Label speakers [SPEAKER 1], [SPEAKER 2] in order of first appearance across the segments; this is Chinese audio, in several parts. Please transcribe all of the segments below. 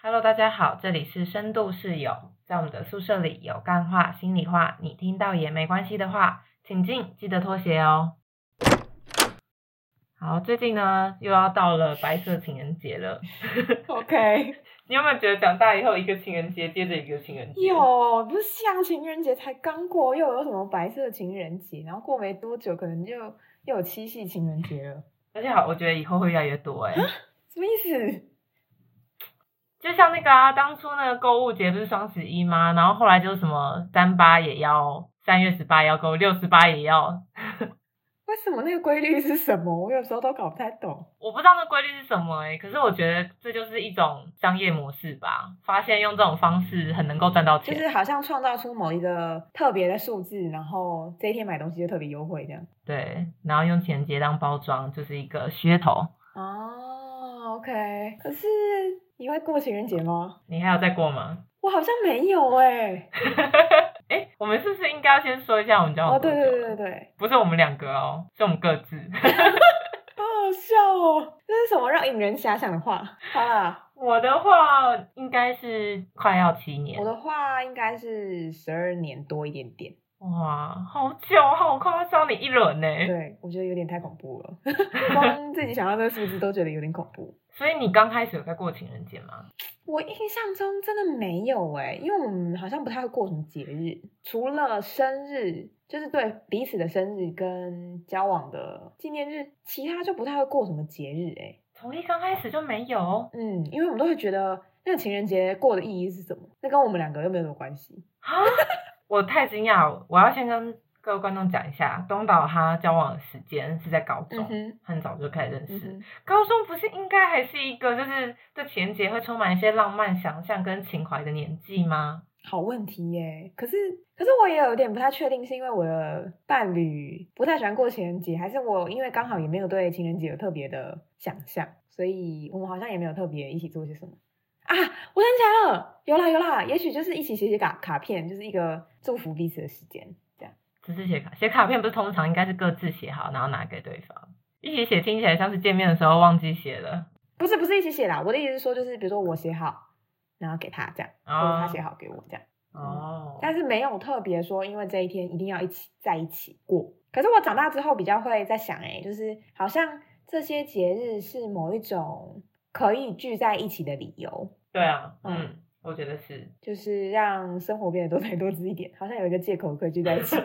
[SPEAKER 1] Hello，大家好，这里是深度室友，在我们的宿舍里有干话、心里话，你听到也没关系的话，请进，记得脱鞋哦。好，最近呢又要到了白色情人节了，
[SPEAKER 2] OK，
[SPEAKER 1] 你有没有觉得长大以后一个情人节接着一个情人节？
[SPEAKER 2] 有不是像情人节才刚过，又有什么白色情人节，然后过没多久，可能就又有七夕情人节了，
[SPEAKER 1] 而且好，我觉得以后会越来越多哎、
[SPEAKER 2] 什么意思？
[SPEAKER 1] 就像那个啊，当初那个购物节不是双十一吗？然后后来就是什么三八也要，三月十八也要购物，六十八也要，
[SPEAKER 2] 为什么那个规律是什么？我有时候都搞不太懂。
[SPEAKER 1] 我不知道那规律是什么哎、可是我觉得这就是一种商业模式吧。发现用这种方式很能够赚到
[SPEAKER 2] 就
[SPEAKER 1] 钱，
[SPEAKER 2] 是好像创造出某一个特别的数字，然后这一天买东西就特别优惠这样。
[SPEAKER 1] 对，然后用情人节当包装，就是一个噱头。
[SPEAKER 2] 哦，OK，可是你会过情人节吗？
[SPEAKER 1] 你还有再过吗？
[SPEAKER 2] 我好像没有哎、
[SPEAKER 1] 哎、我们是不是应该要先说一下我们交往
[SPEAKER 2] 哦，
[SPEAKER 1] 多
[SPEAKER 2] 对
[SPEAKER 1] 久？
[SPEAKER 2] 对对对，对，
[SPEAKER 1] 不是我们两个哦，是我们各自。
[SPEAKER 2] 好好笑哦，这是什么让引人遐想的话？好啦，
[SPEAKER 1] 我的话应该是快要七年
[SPEAKER 2] 我，的话应该是十二年多一点点，
[SPEAKER 1] 哇，好久，好夸张，你一轮欸呢。
[SPEAKER 2] 对我觉得有点太恐怖了， 光自己想到这个数字都觉得有点恐怖。
[SPEAKER 1] 所以你刚开始有在过情人节吗？
[SPEAKER 2] 我印象中真的没有哎、因为我们好像不太会过什么节日，除了生日，就是对彼此的生日跟交往的纪念日，其他就不太会过什么节日哎、
[SPEAKER 1] 从一刚开始就没有
[SPEAKER 2] 嗯，因为我们都会觉得那个情人节过的意义是什么？那跟我们两个又没有什么关系。
[SPEAKER 1] 啊！ 我太惊讶了，我要先跟各位观众讲一下，东岛他交往的时间是在高中，
[SPEAKER 2] 嗯哼，
[SPEAKER 1] 很早就开始认
[SPEAKER 2] 嗯
[SPEAKER 1] 识。
[SPEAKER 2] 哼，
[SPEAKER 1] 高中不是应该还是一个就是对情人节会充满一些浪漫想象跟情怀的年纪吗？
[SPEAKER 2] 好问题耶，可是可是我也有点不太确定，是因为我的伴侣不太喜欢过情人节，还是我因为刚好也没有对情人节有特别的想象，所以我们好像也没有特别一起做些什么啊。我想起来了，有啦有啦，也许就是一起写写卡卡片，就是一个祝福彼此的时间，这样。
[SPEAKER 1] 只是写卡写卡片，不是通常应该是各自写好，然后拿给对方一起写，听起来像是见面的时候忘记写了。
[SPEAKER 2] 不是不是一起写啦，我的意思是说，就是比如说我写好，然后给他这样，或哦
[SPEAKER 1] 啊
[SPEAKER 2] 者他写好给我这样。
[SPEAKER 1] 哦，
[SPEAKER 2] 但是没有特别说，因为这一天一定要一起在一起过。可是我长大之后比较会在想、欸，哎，就是好像这些节日是某一种可以聚在一起的理由，
[SPEAKER 1] 对啊，
[SPEAKER 2] 嗯
[SPEAKER 1] 嗯，我觉得是。
[SPEAKER 2] 就是让生活变得多才多姿一点，好像有一个借口可以聚 在 一起。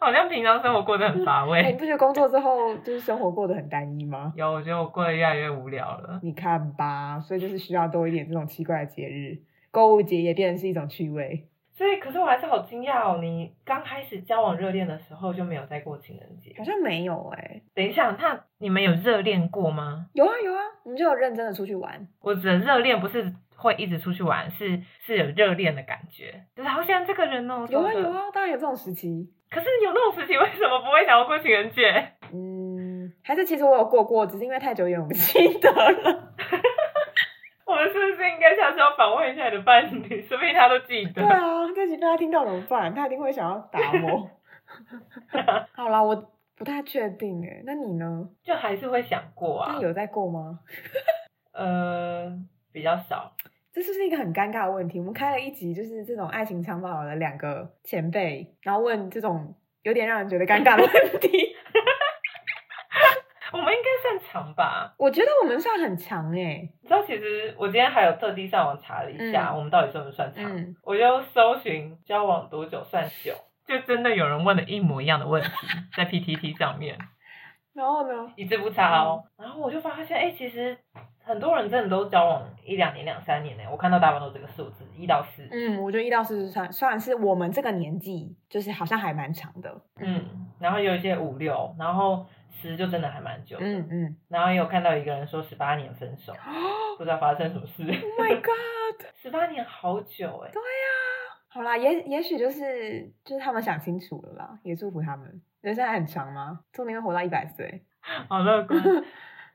[SPEAKER 1] 好像平常生活过得很乏
[SPEAKER 2] 欸你
[SPEAKER 1] 味。
[SPEAKER 2] 不觉得工作之后就是生活过得很单一吗？
[SPEAKER 1] 有，我觉得我过得越来越无聊了。
[SPEAKER 2] 你看吧，所以就是需要多一点这种奇怪的节日，购物节也变成是一种趣味。
[SPEAKER 1] 所以，可是我还是好惊讶哦！你刚开始交往热恋的时候就没有再过情人节
[SPEAKER 2] 好？像没有哎、
[SPEAKER 1] 等一下，那你们有热恋过吗？
[SPEAKER 2] 有啊有啊，我们就有认真的出去玩，
[SPEAKER 1] 我指的热恋不是会一直出去玩，是是有热恋的感觉，就是好喜欢这个人哦。
[SPEAKER 2] 有啊
[SPEAKER 1] 什么的
[SPEAKER 2] 有。啊，当然有这种时期。
[SPEAKER 1] 可是有那种事情，为什么不会想要过情人节？
[SPEAKER 2] 嗯，还是其实我有过过，只是因为太久远我不记得 了。
[SPEAKER 1] 我们是不是应该下次要访问一下你的伴侣，说不定他都记
[SPEAKER 2] 对
[SPEAKER 1] 得。
[SPEAKER 2] 啊，这集被他听到怎么办？他一定会想要打 我。好啦，我不太确定诶，那你呢？
[SPEAKER 1] 就还是会想过啊
[SPEAKER 2] 那。有在过吗？
[SPEAKER 1] 呃，比较少。
[SPEAKER 2] 这是不是一个很尴尬的问题？我们开了一集就是这种爱情长跑的两个前辈，然后问这种有点让人觉得尴尬的问题。
[SPEAKER 1] 我们应该算长吧？
[SPEAKER 2] 我觉得我们算很强欸诶。
[SPEAKER 1] 你知道，其实我今天还有特地上网查了一下，
[SPEAKER 2] 嗯
[SPEAKER 1] 我们到底算不算长？
[SPEAKER 2] 嗯，
[SPEAKER 1] 我就搜寻交往多久算久，就真的有人问了一模一样的问题，在 PTT 上面
[SPEAKER 2] 然后呢？
[SPEAKER 1] 一字不差哦。
[SPEAKER 2] 嗯
[SPEAKER 1] 然后我就发现，哎、其实很多人真的都交往一两年、两三年呢。我看到大部分都这个数字，一到四。
[SPEAKER 2] 嗯，我觉得一到四十算算是我们这个年纪，就是好像还蛮长的。
[SPEAKER 1] 嗯，然后有一些五六，然后十就真的还蛮久的。
[SPEAKER 2] 嗯嗯。
[SPEAKER 1] 然后也有看到一个人说十八年分手，
[SPEAKER 2] 哦
[SPEAKER 1] 不知道发生什么事。
[SPEAKER 2] Oh my god！
[SPEAKER 1] 十八年好久哎、
[SPEAKER 2] 好啦，也也许就是就是他们想清楚了啦，也祝福他们。人生还很长吗？祝你们活到一百岁。
[SPEAKER 1] 好乐观。
[SPEAKER 2] 嗯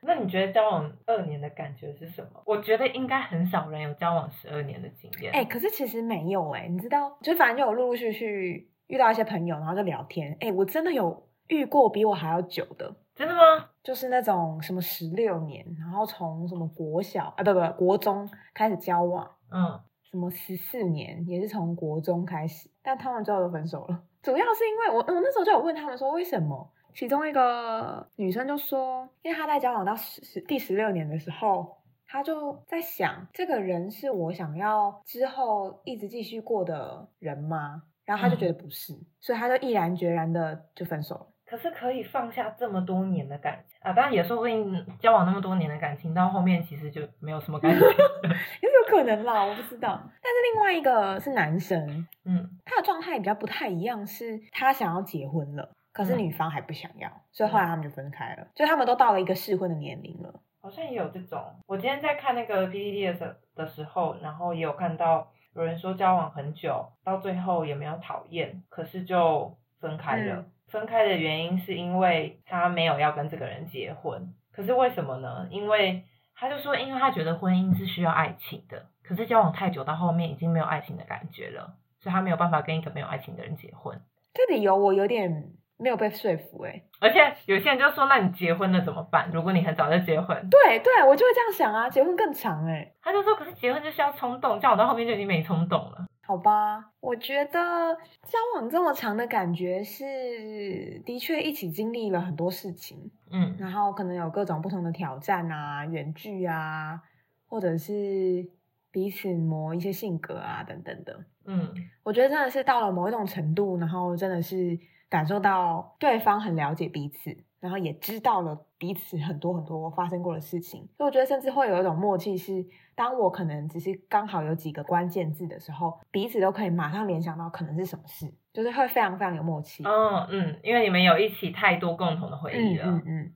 [SPEAKER 1] 那你觉得交往二年的感觉是什么？我觉得应该很少人有交往十二年的经验。
[SPEAKER 2] 哎、可是其实没有哎、你知道，就反正就有陆陆续续遇到一些朋友，然后就聊天。哎、我真的有遇过比我还要久的，
[SPEAKER 1] 真的吗？
[SPEAKER 2] 就是那种什么十六年，然后从什么国小啊，不不，国中开始交往，
[SPEAKER 1] 嗯，
[SPEAKER 2] 什么十四年，也是从国中开始，但他们最后都分手了。主要是因为我，我那时候就有问他们说为什么，其中一个女生就说，因为她在交往到十十第十六年的时候，她就在想，这个人是我想要之后一直继续过的人吗？然后她就觉得不是，所以她就毅然决然的就分手了。
[SPEAKER 1] 可是可以放下这么多年的感情啊，当然也说不定交往那么多年的感情，到后面其实就没有什么感情。
[SPEAKER 2] 也是有可能啦，我不知道。但是另外一个是男生，
[SPEAKER 1] 嗯
[SPEAKER 2] 他的状态比较不太一样，是他想要结婚了，可是
[SPEAKER 1] 嗯
[SPEAKER 2] 女方还不想要，所以后来他们就分开了。就他们都到了一个适婚的年龄了。
[SPEAKER 1] 好像也有这种。我今天在看那个 PPT 的时的时候，然后也有看到有人说交往很久，到最后也没有讨厌，可是就分开了。
[SPEAKER 2] 嗯
[SPEAKER 1] 分开的原因是因为他没有要跟这个人结婚，可是为什么呢？因为他就说，因为他觉得婚姻是需要爱情的，可是交往太久，到后面已经没有爱情的感觉了，所以他没有办法跟一个没有爱情的人结婚。
[SPEAKER 2] 这理由我有点没有被说服哎、
[SPEAKER 1] 而且有些人就说，那你结婚了怎么办？如果你很早就结婚，
[SPEAKER 2] 对对，我就会这样想啊，结婚更长哎、
[SPEAKER 1] 他就说，可是结婚就是要冲动，像我到后面就已经没冲动了。
[SPEAKER 2] 好吧，我觉得交往这么长的感觉是，的确一起经历了很多事情，
[SPEAKER 1] 嗯
[SPEAKER 2] 然后可能有各种不同的挑战啊、远距啊，或者是彼此磨一些性格啊等等的。
[SPEAKER 1] 嗯，
[SPEAKER 2] 我觉得真的是到了某一种程度，然后真的是感受到对方很了解彼此，然后也知道了彼此很多很多发生过的事情。所以我觉得甚至会有一种默契是，当我可能只是刚好有几个关键字的时候，彼此都可以马上联想到可能是什么事，就是会非常非常有默契。
[SPEAKER 1] 哦嗯，因为你们有一起太多共同的回忆了。
[SPEAKER 2] 嗯
[SPEAKER 1] 嗯
[SPEAKER 2] 嗯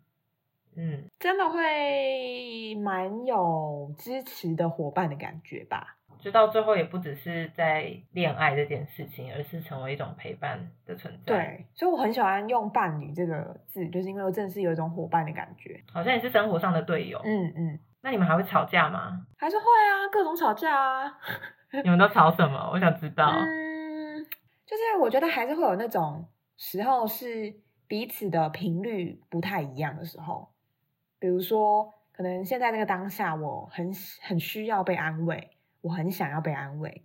[SPEAKER 2] 真的会蛮有支持的伙伴的感觉吧。
[SPEAKER 1] 就到最后也不只是在恋爱这件事情，而是成为一种陪伴的存在。，
[SPEAKER 2] 对，所以我很喜欢用“伴侣”这个字，就是因为我真的是有一种伙伴的感觉。
[SPEAKER 1] 好像也是生活上的队友。
[SPEAKER 2] 嗯嗯，
[SPEAKER 1] 那你们还会吵架吗？
[SPEAKER 2] 还是会啊，各种吵架啊。
[SPEAKER 1] 你们都吵什么？我想知道。
[SPEAKER 2] 嗯，就是我觉得还是会有那种时候是彼此的频率不太一样的时候，比如说可能现在这个当下，我很很需要被安慰，我很想要被安慰，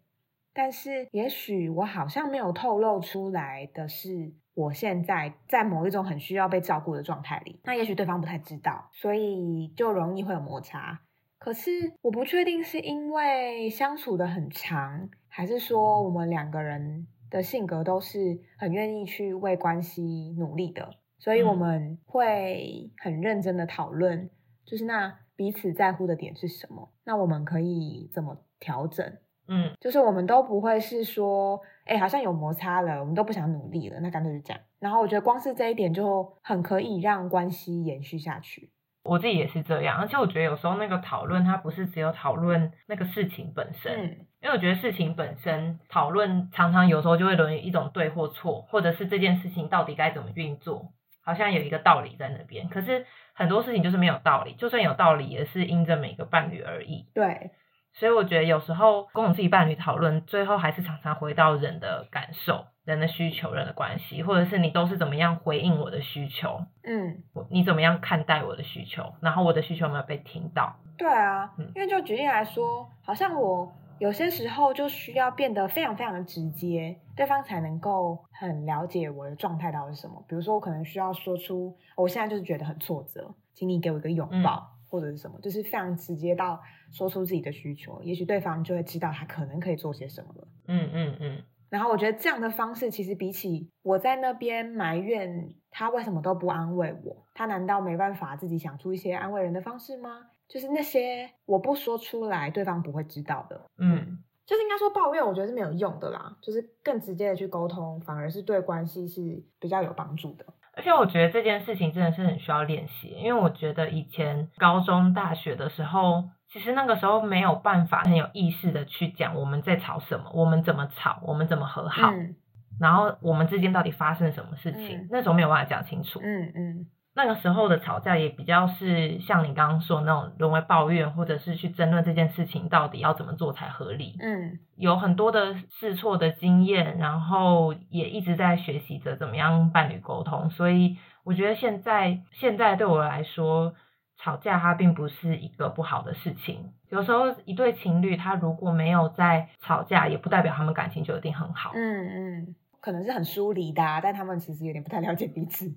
[SPEAKER 2] 但是也许我好像没有透露出来的是。我现在在某一种很需要被照顾的状态里，那也许对方不太知道，所以就容易会有摩擦。可是我不确定是因为相处的很长，还是说我们两个人的性格都是很愿意去为关系努力的，所以我们会很认真的讨论，就是那彼此在乎的点是什么，那我们可以怎么调整。
[SPEAKER 1] 嗯
[SPEAKER 2] 就是我们都不会是说，哎、好像有摩擦了，我们都不想努力了，那干脆就这样。然后我觉得光是这一点就很可以让关系延续下去。
[SPEAKER 1] 我自己也是这样，而且我觉得有时候那个讨论，它不是只有讨论那个事情本身，
[SPEAKER 2] 嗯
[SPEAKER 1] 因为我觉得事情本身讨论常常有时候就会沦于一种对或错，或者是这件事情到底该怎么运作，好像有一个道理在那边。可是很多事情就是没有道理，就算有道理，也是因着每个伴侣而异。
[SPEAKER 2] 对，
[SPEAKER 1] 所以我觉得有时候跟我自己伴侣讨论，最后还是常常回到人的感受、人的需求、人的关系，或者是你都是怎么样回应我的需求，
[SPEAKER 2] 嗯。
[SPEAKER 1] 我你怎么样看待我的需求，然后我的需求有没有被听到？
[SPEAKER 2] 对啊
[SPEAKER 1] 嗯，
[SPEAKER 2] 因为就举例来说，好像我有些时候就需要变得非常非常的直接，对方才能够很了解我的状态到底是什么。比如说，我可能需要说出哦我现在就是觉得很挫折，请你给我一个拥抱。或者是什么，就是非常直接到说出自己的需求，也许对方就会知道他可能可以做些什么了。
[SPEAKER 1] 嗯嗯嗯
[SPEAKER 2] 然后我觉得这样的方式，其实比起我在那边埋怨他为什么都不安慰我，他难道没办法自己想出一些安慰人的方式吗？就是那些我不说出来，对方不会知道的。
[SPEAKER 1] 嗯，
[SPEAKER 2] 就是应该说抱怨，我觉得是没有用的啦。就是更直接的去沟通，反而是对关系是比较有帮助的。
[SPEAKER 1] 而且我觉得这件事情真的是很需要练习，因为我觉得以前高中、大学的时候，其实那个时候没有办法很有意识的去讲我们在吵什么，我们怎么吵，我们怎么和好，
[SPEAKER 2] 嗯
[SPEAKER 1] 然后我们之间到底发生什么事情，
[SPEAKER 2] 嗯
[SPEAKER 1] 那时候没有办法讲清楚。
[SPEAKER 2] 嗯嗯
[SPEAKER 1] 那个时候的吵架也比较是像你刚刚说的那种沦为抱怨，或者是去争论这件事情到底要怎么做才合理。
[SPEAKER 2] 嗯
[SPEAKER 1] 有很多的试错的经验，然后也一直在学习着怎么样伴侣沟通，所以我觉得现在现在对我来说，吵架它并不是一个不好的事情。有时候一对情侣他如果没有在吵架，也不代表他们感情就一定很好。
[SPEAKER 2] 嗯嗯，可能是很疏离的、啊，但他们其实有点不太了解彼此。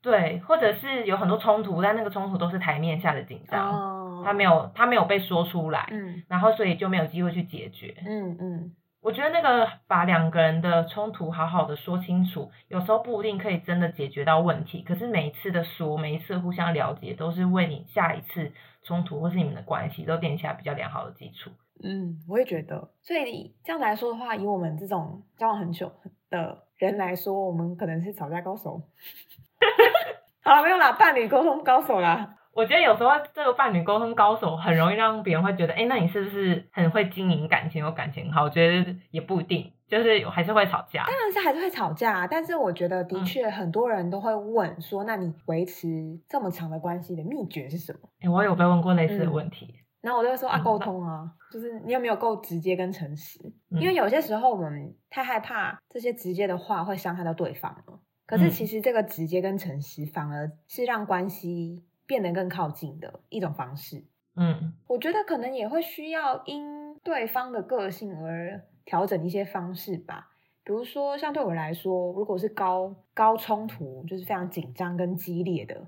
[SPEAKER 1] 对，或者是有很多冲突，但那个冲突都是台面下的紧张，
[SPEAKER 2] 哦
[SPEAKER 1] 他没有他没有被说出来，
[SPEAKER 2] 嗯
[SPEAKER 1] 然后所以就没有机会去解决。
[SPEAKER 2] 嗯嗯，
[SPEAKER 1] 我觉得那个把两个人的冲突好好的说清楚，有时候不一定可以真的解决到问题，可是每一次的说，每一次互相了解，都是为你下一次冲突或是你们的关系都奠下比较良好的基础。
[SPEAKER 2] 嗯，我也觉得。所以这样来说的话，以我们这种交往很久的人来说，我们可能是吵架高手。 好了，没有啦，伴侣沟通高手啦。
[SPEAKER 1] 我觉得有时候这个伴侣沟通高手很容易让别人会觉得，哎，那你是不是很会经营感情，有感情好？我觉得也不一定，就是还是会吵架。
[SPEAKER 2] 当然是还是会吵架啊，但是我觉得的
[SPEAKER 1] 嗯
[SPEAKER 2] 确很多人都会问说，那你维持这么长的关系的秘诀是什么？
[SPEAKER 1] 哎，我有被问过类似的问题，
[SPEAKER 2] 然后我就会说啊，
[SPEAKER 1] 嗯
[SPEAKER 2] 沟通啊，就是你有没有够直接跟诚实？
[SPEAKER 1] 嗯
[SPEAKER 2] 因为有些时候我们太害怕这些直接的话会伤害到对方了。可是
[SPEAKER 1] 嗯
[SPEAKER 2] 其实这个直接跟诚实反而是让关系变得更靠近的一种方式。
[SPEAKER 1] 嗯
[SPEAKER 2] 我觉得可能也会需要因对方的个性而调整一些方式吧。比如说，像对我来说，如果是高高冲突，就是非常紧张跟激烈的，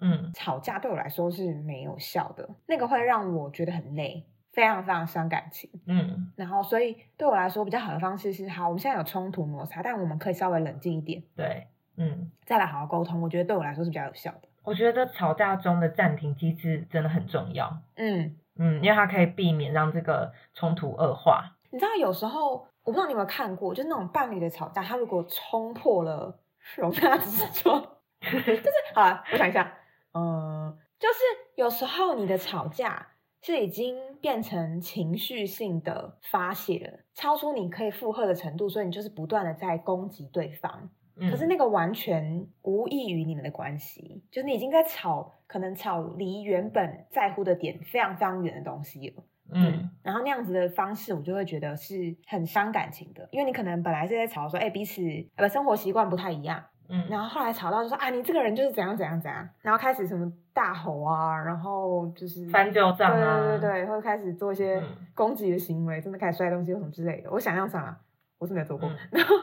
[SPEAKER 1] 嗯
[SPEAKER 2] 吵架对我来说是没有效的，那个会让我觉得很累，非常非常伤感情。
[SPEAKER 1] 嗯
[SPEAKER 2] 然后，所以对我来说比较好的方式是，好，我们现在有冲突摩擦，但我们可以稍微冷静一点，
[SPEAKER 1] 对，嗯。
[SPEAKER 2] 再来好好沟通。我觉得对我来说是比较有效的。
[SPEAKER 1] 我觉得吵架中的暂停机制真的很重要，
[SPEAKER 2] 嗯，
[SPEAKER 1] 嗯，因为它可以避免让这个冲突恶化。
[SPEAKER 2] 你知道有时候我不知道你有没有看过，就是那种伴侣的吵架，他如果冲破了容纳之窗，就是好啊，我想一下，嗯，就是有时候你的吵架是已经变成情绪性的发泄了，超出你可以负荷的程度，所以你就是不断的在攻击对方，
[SPEAKER 1] 嗯、
[SPEAKER 2] 可是那个完全无益于你们的关系，就是你已经在吵，可能吵离原本在乎的点非常非常远的东西了。
[SPEAKER 1] 嗯，
[SPEAKER 2] 然后那样子的方式，我就会觉得是很伤感情的，因为你可能本来是在吵说，哎、彼此呃生活习惯不太一样，
[SPEAKER 1] 嗯
[SPEAKER 2] 然后后来吵到就说啊，你这个人就是怎样怎样怎样，然后开始什么大吼啊，然后就是
[SPEAKER 1] 翻旧
[SPEAKER 2] 对
[SPEAKER 1] 账啊，
[SPEAKER 2] 对对对，或者开始做一些
[SPEAKER 1] 嗯
[SPEAKER 2] 攻击的行为，真的开始摔东西或什么之类的。我想象上啊，我是没有做过，
[SPEAKER 1] 嗯
[SPEAKER 2] 然后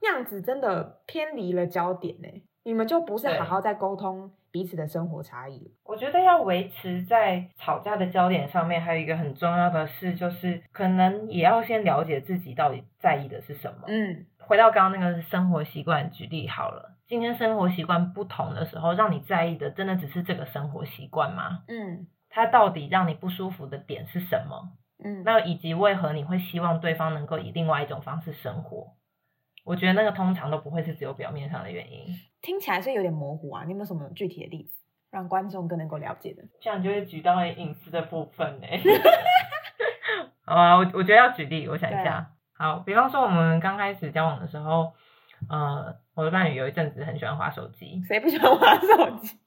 [SPEAKER 2] 那样子真的偏离了焦点呢、你们就不是
[SPEAKER 1] 对
[SPEAKER 2] 好好在沟通彼此的生活差异了。
[SPEAKER 1] 我觉得要维持在吵架的焦点上面，还有一个很重要的事，就是可能也要先了解自己到底在意的是什么。
[SPEAKER 2] 嗯
[SPEAKER 1] 回到刚刚那个生活习惯举例好了，今天生活习惯不同的时候，让你在意的真的只是这个生活习惯吗？
[SPEAKER 2] 嗯
[SPEAKER 1] 它到底让你不舒服的点是什么？
[SPEAKER 2] 嗯，
[SPEAKER 1] 那以及为何你会希望对方能够以另外一种方式生活？我觉得那个通常都不会是只有表面上的原因，
[SPEAKER 2] 听起来是有点模糊啊，你有没有什么具体的例子，让观众更能够了解的？
[SPEAKER 1] 这样就会举到隐私的部分呢、 好啊，我我觉得要举例，我想一下。好，比方说我们刚开始交往的时候，呃，我的伴侣有一阵子很喜欢划手机，
[SPEAKER 2] 谁不喜欢玩手机？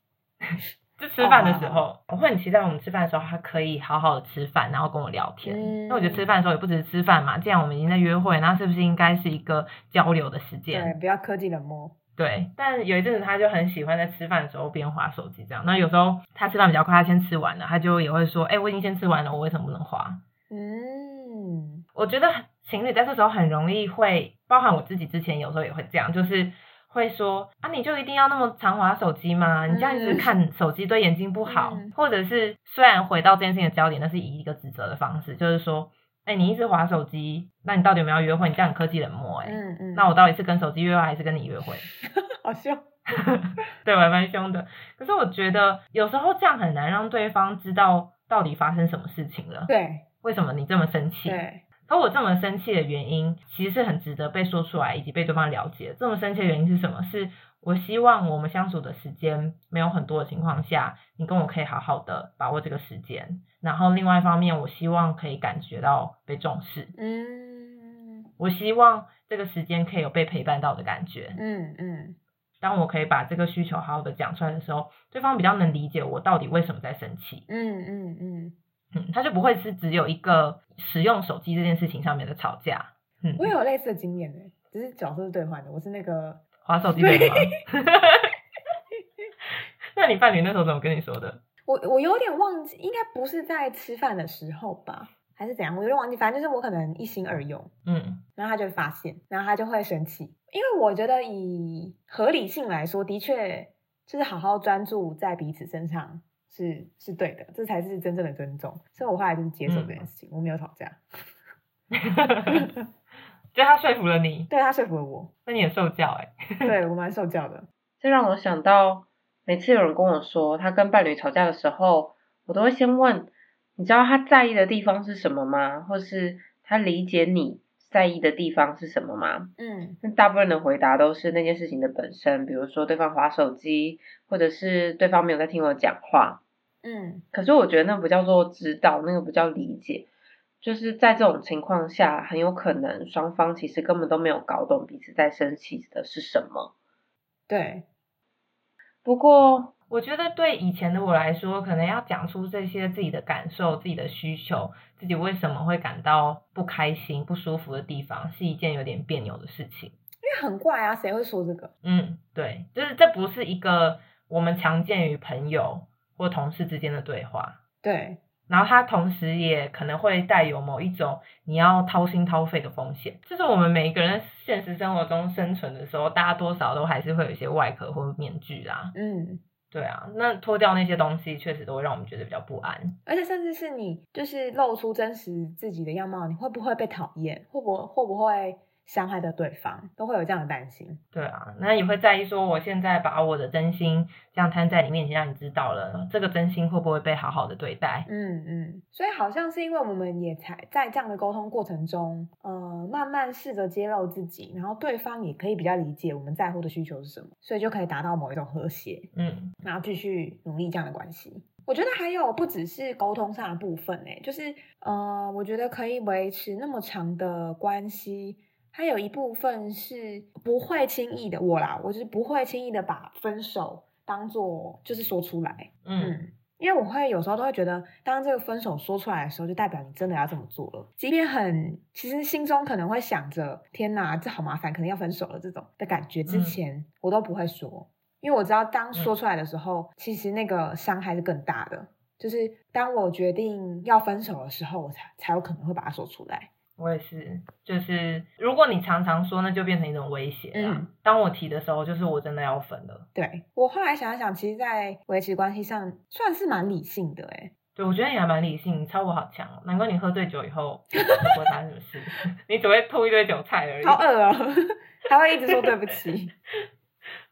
[SPEAKER 1] 就吃饭的时候，我会很期待我们吃饭的时候，他可以好好的吃饭，然后跟我聊天。
[SPEAKER 2] 嗯
[SPEAKER 1] 因为我觉得吃饭的时候也不只是吃饭嘛，既然我们已经在约会，那是不是应该是一个交流的时间？
[SPEAKER 2] 对，不要科技冷漠。
[SPEAKER 1] 对，但有一阵子他就很喜欢在吃饭的时候边划手机这样。那有时候他吃饭比较快，他先吃完了，他就也会说：“哎、我已经先吃完了，我为什么不能划
[SPEAKER 2] 嗯？”
[SPEAKER 1] 我觉得情侣在这时候很容易会，包含我自己之前有时候也会这样，就是会说：“啊，你就一定要那么常划手机吗？你这样一直
[SPEAKER 2] 嗯
[SPEAKER 1] 看手机对眼睛不好。
[SPEAKER 2] 嗯
[SPEAKER 1] 或者是虽然回到这件事情的焦点，但是以一个指责的方式，就是说：“哎、你一直划手机，那你到底有没有要约会？你这样很科技冷漠、欸。
[SPEAKER 2] 嗯嗯，
[SPEAKER 1] 那我到底是跟手机约会还是跟你约会？
[SPEAKER 2] 好笑。
[SPEAKER 1] 对，我还蛮凶的。可是我觉得有时候这样很难让对方知道到底发生什么事情了，
[SPEAKER 2] 对
[SPEAKER 1] 为什么你这么生气？
[SPEAKER 2] 对，
[SPEAKER 1] 而我这么生气的原因，其实是很值得被说出来以及被对方了解。这么生气的原因是什么？是我希望我们相处的时间没有很多的情况下，你跟我可以好好的把握这个时间。然后另外一方面，我希望可以感觉到被重视，
[SPEAKER 2] 嗯
[SPEAKER 1] 我希望这个时间可以有被陪伴到的感觉。
[SPEAKER 2] 嗯嗯
[SPEAKER 1] 当我可以把这个需求好好的讲出来的时候，对方比较能理解我到底为什么在生气。
[SPEAKER 2] 嗯嗯嗯，
[SPEAKER 1] 嗯，他就不会是只有一个使用手机这件事情上面的吵架。嗯，
[SPEAKER 2] 我也有类似的经验呢，只是角色是兑换的，我是那个
[SPEAKER 1] 划手机对吗？那你伴侣那时候怎么跟你说的？
[SPEAKER 2] 我我有点忘记，应该不是在吃饭的时候吧，还是怎样？我有点忘记，反正就是我可能一心二用，
[SPEAKER 1] 嗯
[SPEAKER 2] 然后他就会发现，然后他就会生气。因为我觉得以合理性来说，的确就是好好专注在彼此身上是是对的，这才是真正的尊重。所以我后来就是接受这件事情，我没有吵架。
[SPEAKER 1] 就他说服了你，
[SPEAKER 2] 对他说服了 我，
[SPEAKER 1] 那你也受教哎、
[SPEAKER 2] 对我蛮受教的。
[SPEAKER 3] 这让我想到，每次有人跟我说他跟伴侣吵架的时候，我都会先问，你知道他在意的地方是什么吗？或是他理解你在意的地方是什么吗？
[SPEAKER 2] 嗯
[SPEAKER 3] 那大部分的回答都是那件事情的本身，比如说对方划手机，或者是对方没有在听我讲话。
[SPEAKER 2] 嗯
[SPEAKER 3] 可是我觉得那不叫做知道，那个不叫理解。就是在这种情况下，很有可能双方其实根本都没有搞懂彼此在生气的是什么。
[SPEAKER 2] 对，
[SPEAKER 3] 不过，
[SPEAKER 1] 我觉得对以前的我来说，可能要讲出这些自己的感受、自己的需求、自己为什么会感到不开心、不舒服的地方，是一件有点别扭的事情。
[SPEAKER 2] 因为很怪啊，谁会说这个？
[SPEAKER 1] 嗯，对，就是这不是一个我们常见于朋友或同事之间的对话，
[SPEAKER 2] 对，
[SPEAKER 1] 然后它同时也可能会带有某一种你要掏心掏肺的风险。这是我们每一个人现实生活中生存的时候，大家多少都还是会有一些外壳或面具啦。
[SPEAKER 2] 嗯，
[SPEAKER 1] 对啊，那脱掉那些东西，确实都会让我们觉得比较不安。
[SPEAKER 2] 而且甚至是你就是露出真实自己的样貌，你会不会被讨厌？会不会会不会伤害到对方？都会有这样的担心。
[SPEAKER 1] 对啊，那也会在意说，我现在把我的真心这样摊在你面前，让你知道了，这个真心会不会被好好的对待？
[SPEAKER 2] 嗯嗯，所以好像是因为我们也才在这样的沟通过程中，呃，慢慢试着揭露自己，然后对方也可以比较理解我们在乎的需求是什么，所以就可以达到某一种和谐，
[SPEAKER 1] 嗯
[SPEAKER 2] 然后继续努力这样的关系。我觉得还有不只是沟通上的部分、欸，就是呃，我觉得可以维持那么长的关系，还有一部分是不会轻易的我啦，我就是不会轻易的把分手当做就是说出来，
[SPEAKER 1] 嗯
[SPEAKER 2] 嗯，因为我会有时候都会觉得，当这个分手说出来的时候，就代表你真的要这么做了。即便很，其实心中可能会想着“天哪，这好麻烦，可能要分手了”这种的感觉，之
[SPEAKER 1] 嗯
[SPEAKER 2] 前、我都不会说，因为我知道当
[SPEAKER 1] 嗯
[SPEAKER 2] 说出来的时候，其实那个伤害是更大的。就是当我决定要分手的时候，我才才有可能会把它说出来。
[SPEAKER 1] 我也是，就是如果你常常说，那就变成一种威胁啦。
[SPEAKER 2] 嗯
[SPEAKER 1] 当我提的时候，就是我真的要分了。
[SPEAKER 2] 对我后来想一想，其实，在维持关系上算是蛮理性的、欸，
[SPEAKER 1] 对，我觉得你还蛮理性，你超我好强哦，难怪你喝醉酒以 后不会发生什么事， 你只会吐一堆韭菜而已。
[SPEAKER 2] 好恶哦、 还会一直说对不起。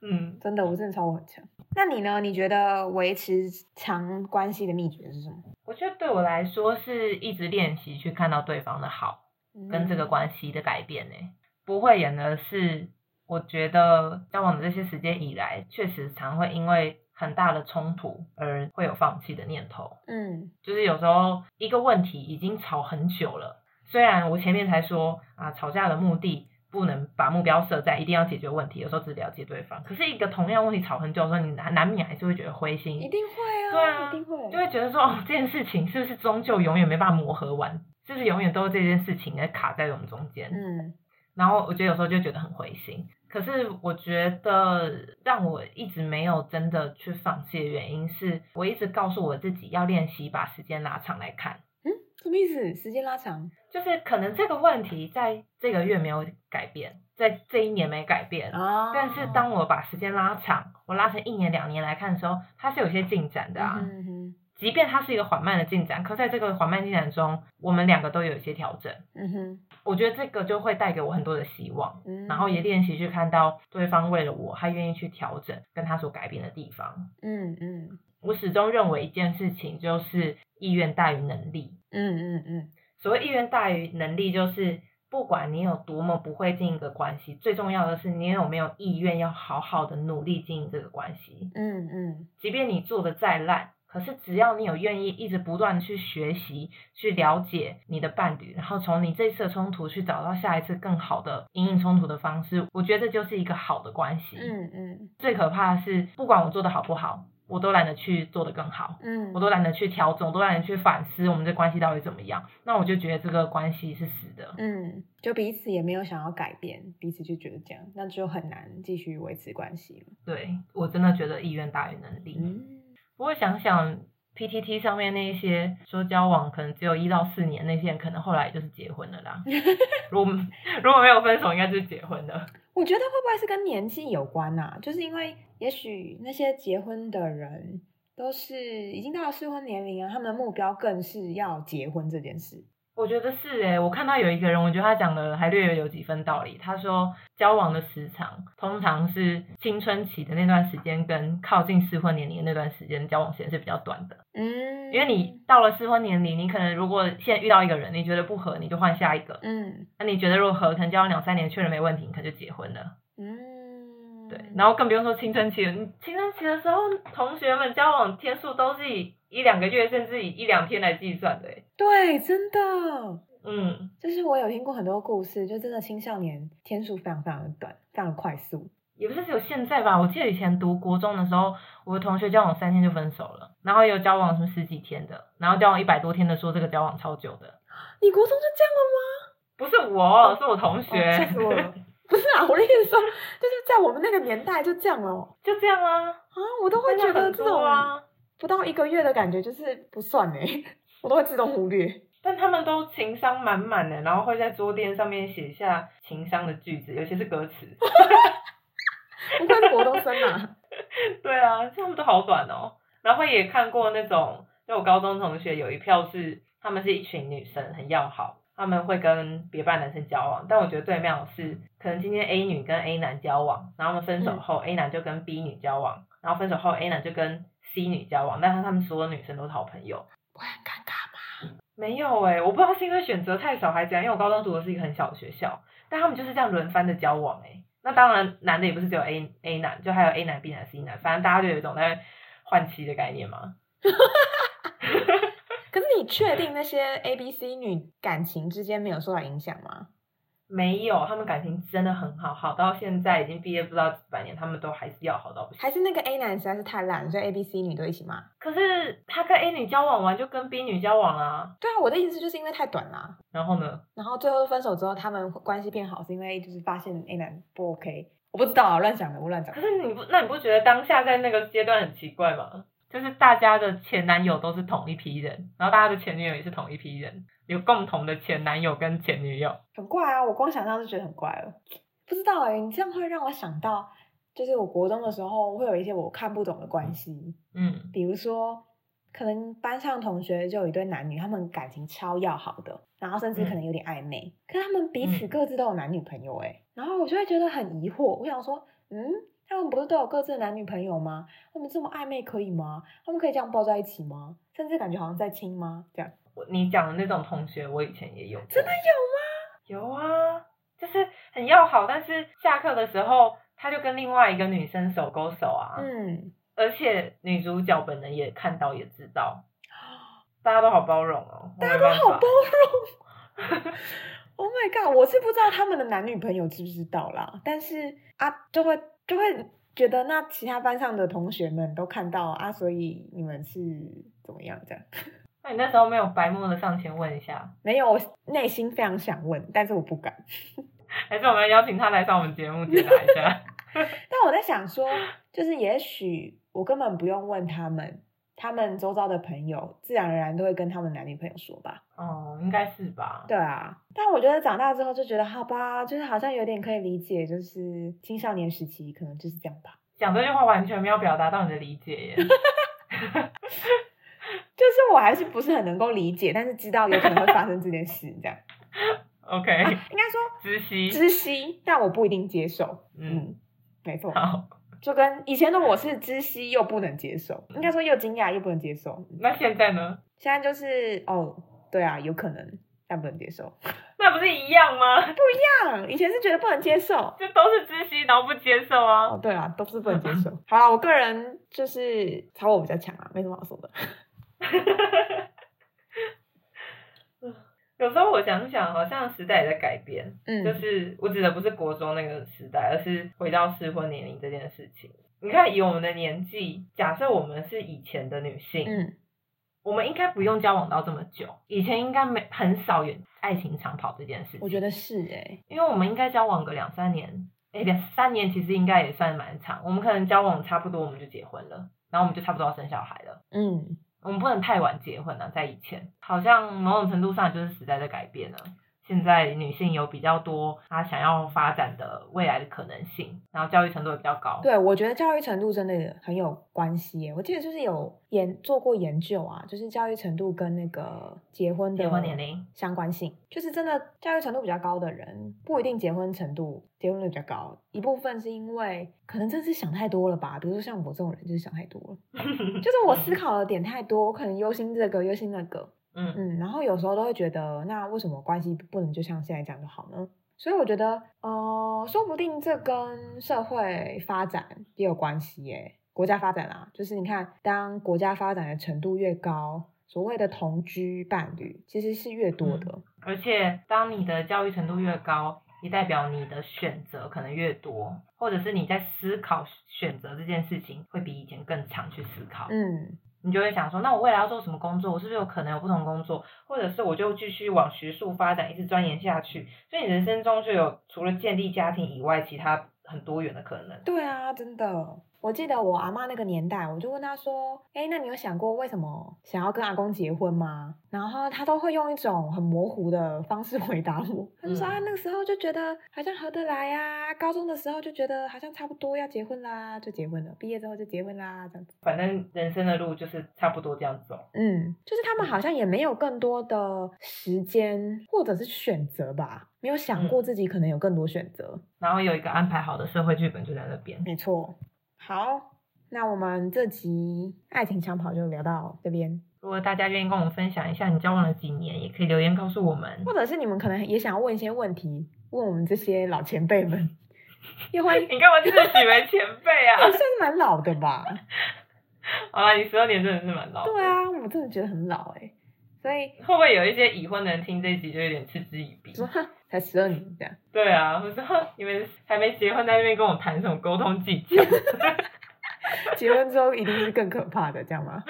[SPEAKER 1] 嗯，
[SPEAKER 2] 真的，我真的超我很强。那你呢？你觉得维持长关系的秘诀是什么？
[SPEAKER 1] 我觉得对我来说是一直练习去看到对方的好，跟
[SPEAKER 2] 嗯
[SPEAKER 1] 这个关系的改变呢、不会演的是，我觉得交往的这些时间以来，确实常会因为很大的冲突而会有放弃的念头。
[SPEAKER 2] 嗯，
[SPEAKER 1] 就是有时候一个问题已经吵很久了，虽然我前面才说啊，吵架的目的不能把目标设在一定要解决问题，有时候只了解对方。可是一个同样问题吵很久的时候，你难难免还是会觉得灰心，
[SPEAKER 2] 一定会啊，
[SPEAKER 1] 对啊
[SPEAKER 2] 一定会，
[SPEAKER 1] 就会觉得说，哦，这件事情是不是终究永远没办法磨合完？是不是永远都是这件事情在卡在我们中间？
[SPEAKER 2] 嗯
[SPEAKER 1] 然后我觉得有时候就觉得很灰心。可是我觉得让我一直没有真的去放弃的原因是，我一直告诉我自己要练习把时间拉长来看，
[SPEAKER 2] 嗯，什么意思？时间拉长
[SPEAKER 1] 就是可能这个问题在这个月没有改变，在这一年没改变。
[SPEAKER 2] 啊
[SPEAKER 1] 哦但是当我把时间拉长，我拉成一年两年来看的时候，它是有些进展的啊。
[SPEAKER 2] 嗯哼
[SPEAKER 1] 即便它是一个缓慢的进展，可在这个缓慢进展中，我们两个都有一些调整。
[SPEAKER 2] 嗯哼，
[SPEAKER 1] 我觉得这个就会带给我很多的希望，
[SPEAKER 2] 嗯
[SPEAKER 1] 然后也练习去看到对方为了我，他愿意去调整跟他所改变的地方。
[SPEAKER 2] 嗯嗯
[SPEAKER 1] 我始终认为一件事情就是意愿大于能力。
[SPEAKER 2] 嗯嗯嗯
[SPEAKER 1] 所谓意愿大于能力，就是不管你有多么不会经营一个关系，最重要的是你有没有意愿要好好的努力经营这个关系。
[SPEAKER 2] 嗯嗯
[SPEAKER 1] 即便你做的再烂，可是只要你有愿意一直不断地去学习、去了解你的伴侣，然后从你这次的冲突去找到下一次更好的因应冲突的方式，我觉得这就是一个好的关系。
[SPEAKER 2] 嗯嗯
[SPEAKER 1] 最可怕的是，不管我做的好不好，我都懒得去做的更好，
[SPEAKER 2] 嗯，
[SPEAKER 1] 我都懒得去调整，我都懒得去反思我们这关系到底怎么样。那我就觉得这个关系是死的。
[SPEAKER 2] 嗯，就彼此也没有想要改变，彼此就觉得这样，那就很难继续维持关系了。
[SPEAKER 1] 对我真的觉得意愿大于能力。
[SPEAKER 2] 嗯
[SPEAKER 1] 不过想想， PTT 上面那一些说交往可能只有一到四年那些人，可能后来就是结婚了啦。如果如果没有分手，应该就是结婚了。
[SPEAKER 2] 我觉得会不会是跟年纪有关呐、就是因为也许那些结婚的人都是已经到了适婚年龄啊，他们的目标更是要结婚这件事。
[SPEAKER 1] 我觉得是诶、我看到有一个人，我觉得他讲的还略有几分道理。他说，交往的时长通常是青春期的那段时间跟靠近适婚年龄的那段时间交往时间是比较短的，
[SPEAKER 2] 嗯，
[SPEAKER 1] 因为你到了适婚年龄，你可能如果现在遇到一个人，你觉得不合，你就换下一个。
[SPEAKER 2] 嗯
[SPEAKER 1] 那你觉得如果合，可能交往两三年确认没问题，你可能就结婚了。
[SPEAKER 2] 嗯，
[SPEAKER 1] 对，然后更不用说青春期了，你青春期的时候，同学们交往天数都是以一两个月甚至以一两天来计算的欸。
[SPEAKER 2] 对，真的。
[SPEAKER 1] 嗯，
[SPEAKER 2] 就是我有听过很多故事，就真的青少年天数非常非常的短，非常的快速。
[SPEAKER 1] 也不是只有现在吧，我记得以前读国中的时候，我的同学交往三天就分手了，然后也有交往什么十几天的，然后交往一百多天的，说这个交往超久的，
[SPEAKER 2] 你国中就
[SPEAKER 1] 不
[SPEAKER 2] 这
[SPEAKER 1] 是我，是我同学，
[SPEAKER 2] 样了吗？哦吓死我了！不是啊，我的意思说，就是在我们那个年代就这样了哦
[SPEAKER 1] 就这样啊，
[SPEAKER 2] 啊，我都会觉
[SPEAKER 1] 真的
[SPEAKER 2] 得
[SPEAKER 1] 很
[SPEAKER 2] 这
[SPEAKER 1] 多
[SPEAKER 2] 种
[SPEAKER 1] 啊，
[SPEAKER 2] 不到一个月的感觉就是不算哎、我都会自动忽略。
[SPEAKER 1] 但他们都情商满满的，然后会在桌垫上面写下情商的句子，有些是歌词，
[SPEAKER 2] 不愧是国中生啊！
[SPEAKER 1] 对啊，这样都好短哦。然后也看过那种，就我高中同学有一票是，他们是一群女生，很要好，他们会跟别班男生交往。但我觉得最妙的是，可能今天 A 女跟 A 男交往，然后他们分手后、a 男就跟 B 女交往，然后分手后 A 男就跟 C 女交往，但是他们所有女生都是好朋友。
[SPEAKER 2] 不会很尴尬吗？
[SPEAKER 1] 没有哎、我不知道是因为选择太少还是怎样，因为我高中读的是一个很小的学校，但他们就是这样轮番的交往哎、那当然，男的也不是只有 A A 男，就还有 A 男、B 男、C 男，反正大家就有一种在换妻的概念嘛。
[SPEAKER 2] 可是你确定那些 A、B、C 女感情之间没有受到影响吗？
[SPEAKER 1] 没有，他们感情真的很好，好到现在已经毕业不知道几百年，他们都还是要好到不行。
[SPEAKER 2] 还是那个 A 男实在是太烂了，所以 A、B、C 女都一起骂？
[SPEAKER 1] 可是他跟 A 女交往完就跟 B 女交往啦、
[SPEAKER 2] 对啊，我的意思就是因为太短啦、
[SPEAKER 1] 然后呢？
[SPEAKER 2] 然后最后分手之后，他们关系变好，是因为就是发现 A 男不 OK。我不知道啊，乱讲的，我乱讲
[SPEAKER 1] 可。是你不，那你不觉得当下在那个阶段很奇怪吗？就是大家的前男友都是同一批人，然后大家的前女友也是同一批人，有共同的前男友跟前女友。
[SPEAKER 2] 很怪啊！我光想象就觉得很怪了。不知道哎、你这样会让我想到，就是我国中的时候会有一些我看不懂的关系，
[SPEAKER 1] 嗯，
[SPEAKER 2] 比如说，可能班上同学就有一对男女，他们感情超要好的，然后甚至可能有点暧昧，可是他们彼此各自都有男女朋友哎、然后我就会觉得很疑惑，我想说，嗯，他们不是都有各自的男女朋友吗？他们这么暧昧可以吗？他们可以这样抱在一起吗？甚至感觉好像在亲吗？这样
[SPEAKER 1] 我你讲的那种同学，我以前也有过。
[SPEAKER 2] 真的有
[SPEAKER 1] 有啊，就是很要好，但是下课的时候他就跟另外一个女生手勾手啊。
[SPEAKER 2] 吗？嗯，
[SPEAKER 1] 而且女主角本人也看到也知 道，大家都好包容哦，大家都
[SPEAKER 2] 好包容。Oh my god！我是不知道他们的男女朋友知不知道啦，但是啊，就会就会觉得那其他班上的同学们都看到啊，所以你们是怎么样这样？
[SPEAKER 1] 那你那时候没有白目的上前问一下，
[SPEAKER 2] 没有，我内心非常想问，但是我不敢。
[SPEAKER 1] 还是我们邀请他来上我们节目解答一下？
[SPEAKER 2] 但我在想说，就是也许我根本不用问他们，他们周遭的朋友自然而然都会跟他们男女朋友说吧。
[SPEAKER 1] 哦，应该是吧。
[SPEAKER 2] 对啊，但我觉得长大之后就觉得，好吧，就是好像有点可以理解，就是青少年时期可能就是这样吧。
[SPEAKER 1] 讲这句话完全没有表达到你的理解耶。
[SPEAKER 2] 就是我还是不是很能够理解，但是知道有可能会发生这件事，这样
[SPEAKER 1] OK，
[SPEAKER 2] 应该说
[SPEAKER 1] 知悉，
[SPEAKER 2] 知悉，但我不一定接受。
[SPEAKER 1] 嗯，
[SPEAKER 2] 嗯，没错，
[SPEAKER 1] 好，
[SPEAKER 2] 就跟以前的我是知悉又不能接受，应该说又惊讶又不能接受。嗯
[SPEAKER 1] 那现在呢？
[SPEAKER 2] 现在就是哦，对啊，有可能，但不能接受。
[SPEAKER 1] 那不是一样吗？
[SPEAKER 2] 啊，以前是觉得不能接受，
[SPEAKER 1] 就都是知悉，然后不接受啊
[SPEAKER 2] 哦，。对啊，都是不能接 受。好啦，我个人就是炒我比较强啊，没什么好说的。
[SPEAKER 1] 有时候我想想，好像时代也在改变，
[SPEAKER 2] 嗯，
[SPEAKER 1] 就是我指的不是国中那个时代，而是回到适婚年龄这件事情。你看，以我们的年纪，假设我们是以前的女性，
[SPEAKER 2] 嗯
[SPEAKER 1] 我们应该不用交往到这么久，以前应该没很少有爱情长跑这件事，情，
[SPEAKER 2] 我觉得是哎、
[SPEAKER 1] 因为我们应该交往个两三年，哎，两三年其实应该也算蛮长，我们可能交往差不多我们就结婚了，然后我们就差不多要生小孩了。
[SPEAKER 2] 嗯，
[SPEAKER 1] 我们不能太晚结婚了、在以前，好像某种程度上就是时代在改变了。现在女性有比较多她想要发展的未来的可能性，然后教育程度也比较高。
[SPEAKER 2] 对，我觉得教育程度真的很有关系耶。我记得就是有研做过研究啊，就是教育程度跟那个结婚的
[SPEAKER 1] 结婚年龄
[SPEAKER 2] 相关性，就是真的教育程度比较高的人，不一定结婚程度结婚率比较高，一部分是因为可能真是想太多了吧。比如说像我这种人，就是想太多了， 就是我思考的点太多，我可能忧心这个忧心那个，
[SPEAKER 1] 嗯，
[SPEAKER 2] 嗯，然后有时候都会觉得，那为什么关系不能就像现在这样就好呢？所以我觉得，呃，说不定这跟社会发展也有关系耶。国家发展啊，就是你看，当国家发展的程度越高，所谓的同居伴侣其实是越多的。
[SPEAKER 1] 而且当你的教育程度越高，也代表你的选择可能越多，或者是你在思考选择这件事情会比以前更常去思考。
[SPEAKER 2] 嗯，
[SPEAKER 1] 你就会想说，那我未来要做什么工作？我是不是有可能有不同工作，或者是我就继续往学术发展，一直钻研下去？所以你人生中就有除了建立家庭以外，其他很多元的可能。
[SPEAKER 2] 对啊，真的。我记得我阿妈那个年代，我就问她说：“哎，那你有想过为什么想要跟阿公结婚吗？”然后她都会用一种很模糊的方式 回答我。她就说：“
[SPEAKER 1] 嗯
[SPEAKER 2] 啊，那个时候就觉得好像合得来啊，高中的时候就觉得好像差不多要结婚啦，就结婚了，毕业之后就结婚啦，这样子。
[SPEAKER 1] 反正人生的路就是差不多这样走”。
[SPEAKER 2] 嗯，就是他们好像也没有更多的时间或者是选择吧，没有想过自己可能有更多选择。
[SPEAKER 1] 然后有一个安排好的社会剧本就在那边。
[SPEAKER 2] 没错。好，那我们这集爱情长跑就聊到这边，
[SPEAKER 1] 如果大家愿意跟我们分享一下你交往了几年，也可以留言告诉我们
[SPEAKER 2] 或。者是你们可能也想问一些问题，问我们这些老前辈们， 也欢迎。
[SPEAKER 1] 你干嘛自诩为前辈啊
[SPEAKER 2] 也？算是蛮老的吧？
[SPEAKER 1] 好了，你十二年真的是蛮老的。
[SPEAKER 2] 对啊，我真的觉得很老哎、所以
[SPEAKER 1] 会不会有一些已婚的人听这一集就有点嗤之以鼻？
[SPEAKER 2] 说哈才十二年这样，
[SPEAKER 1] 对啊，我说你们还没结婚，在那边跟我谈什么沟通技 巧？
[SPEAKER 2] 结婚之后一定是更可怕的，这样吗？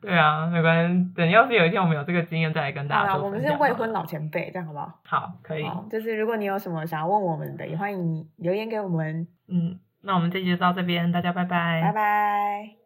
[SPEAKER 1] 对啊，没关系，等要是有一天我们有这个经验，再来跟
[SPEAKER 2] 好
[SPEAKER 1] 大家
[SPEAKER 2] 啦，
[SPEAKER 1] 做
[SPEAKER 2] 我们
[SPEAKER 1] 分
[SPEAKER 2] 是
[SPEAKER 1] 享
[SPEAKER 2] 未婚
[SPEAKER 1] 好了
[SPEAKER 2] 老前辈，这样好不好？
[SPEAKER 1] 好，可以，
[SPEAKER 2] 好，就是如果你有什么想要问我们的，也欢迎你留言给我们，
[SPEAKER 1] 嗯，那我们这集就到这边，大家拜拜，
[SPEAKER 2] 拜拜。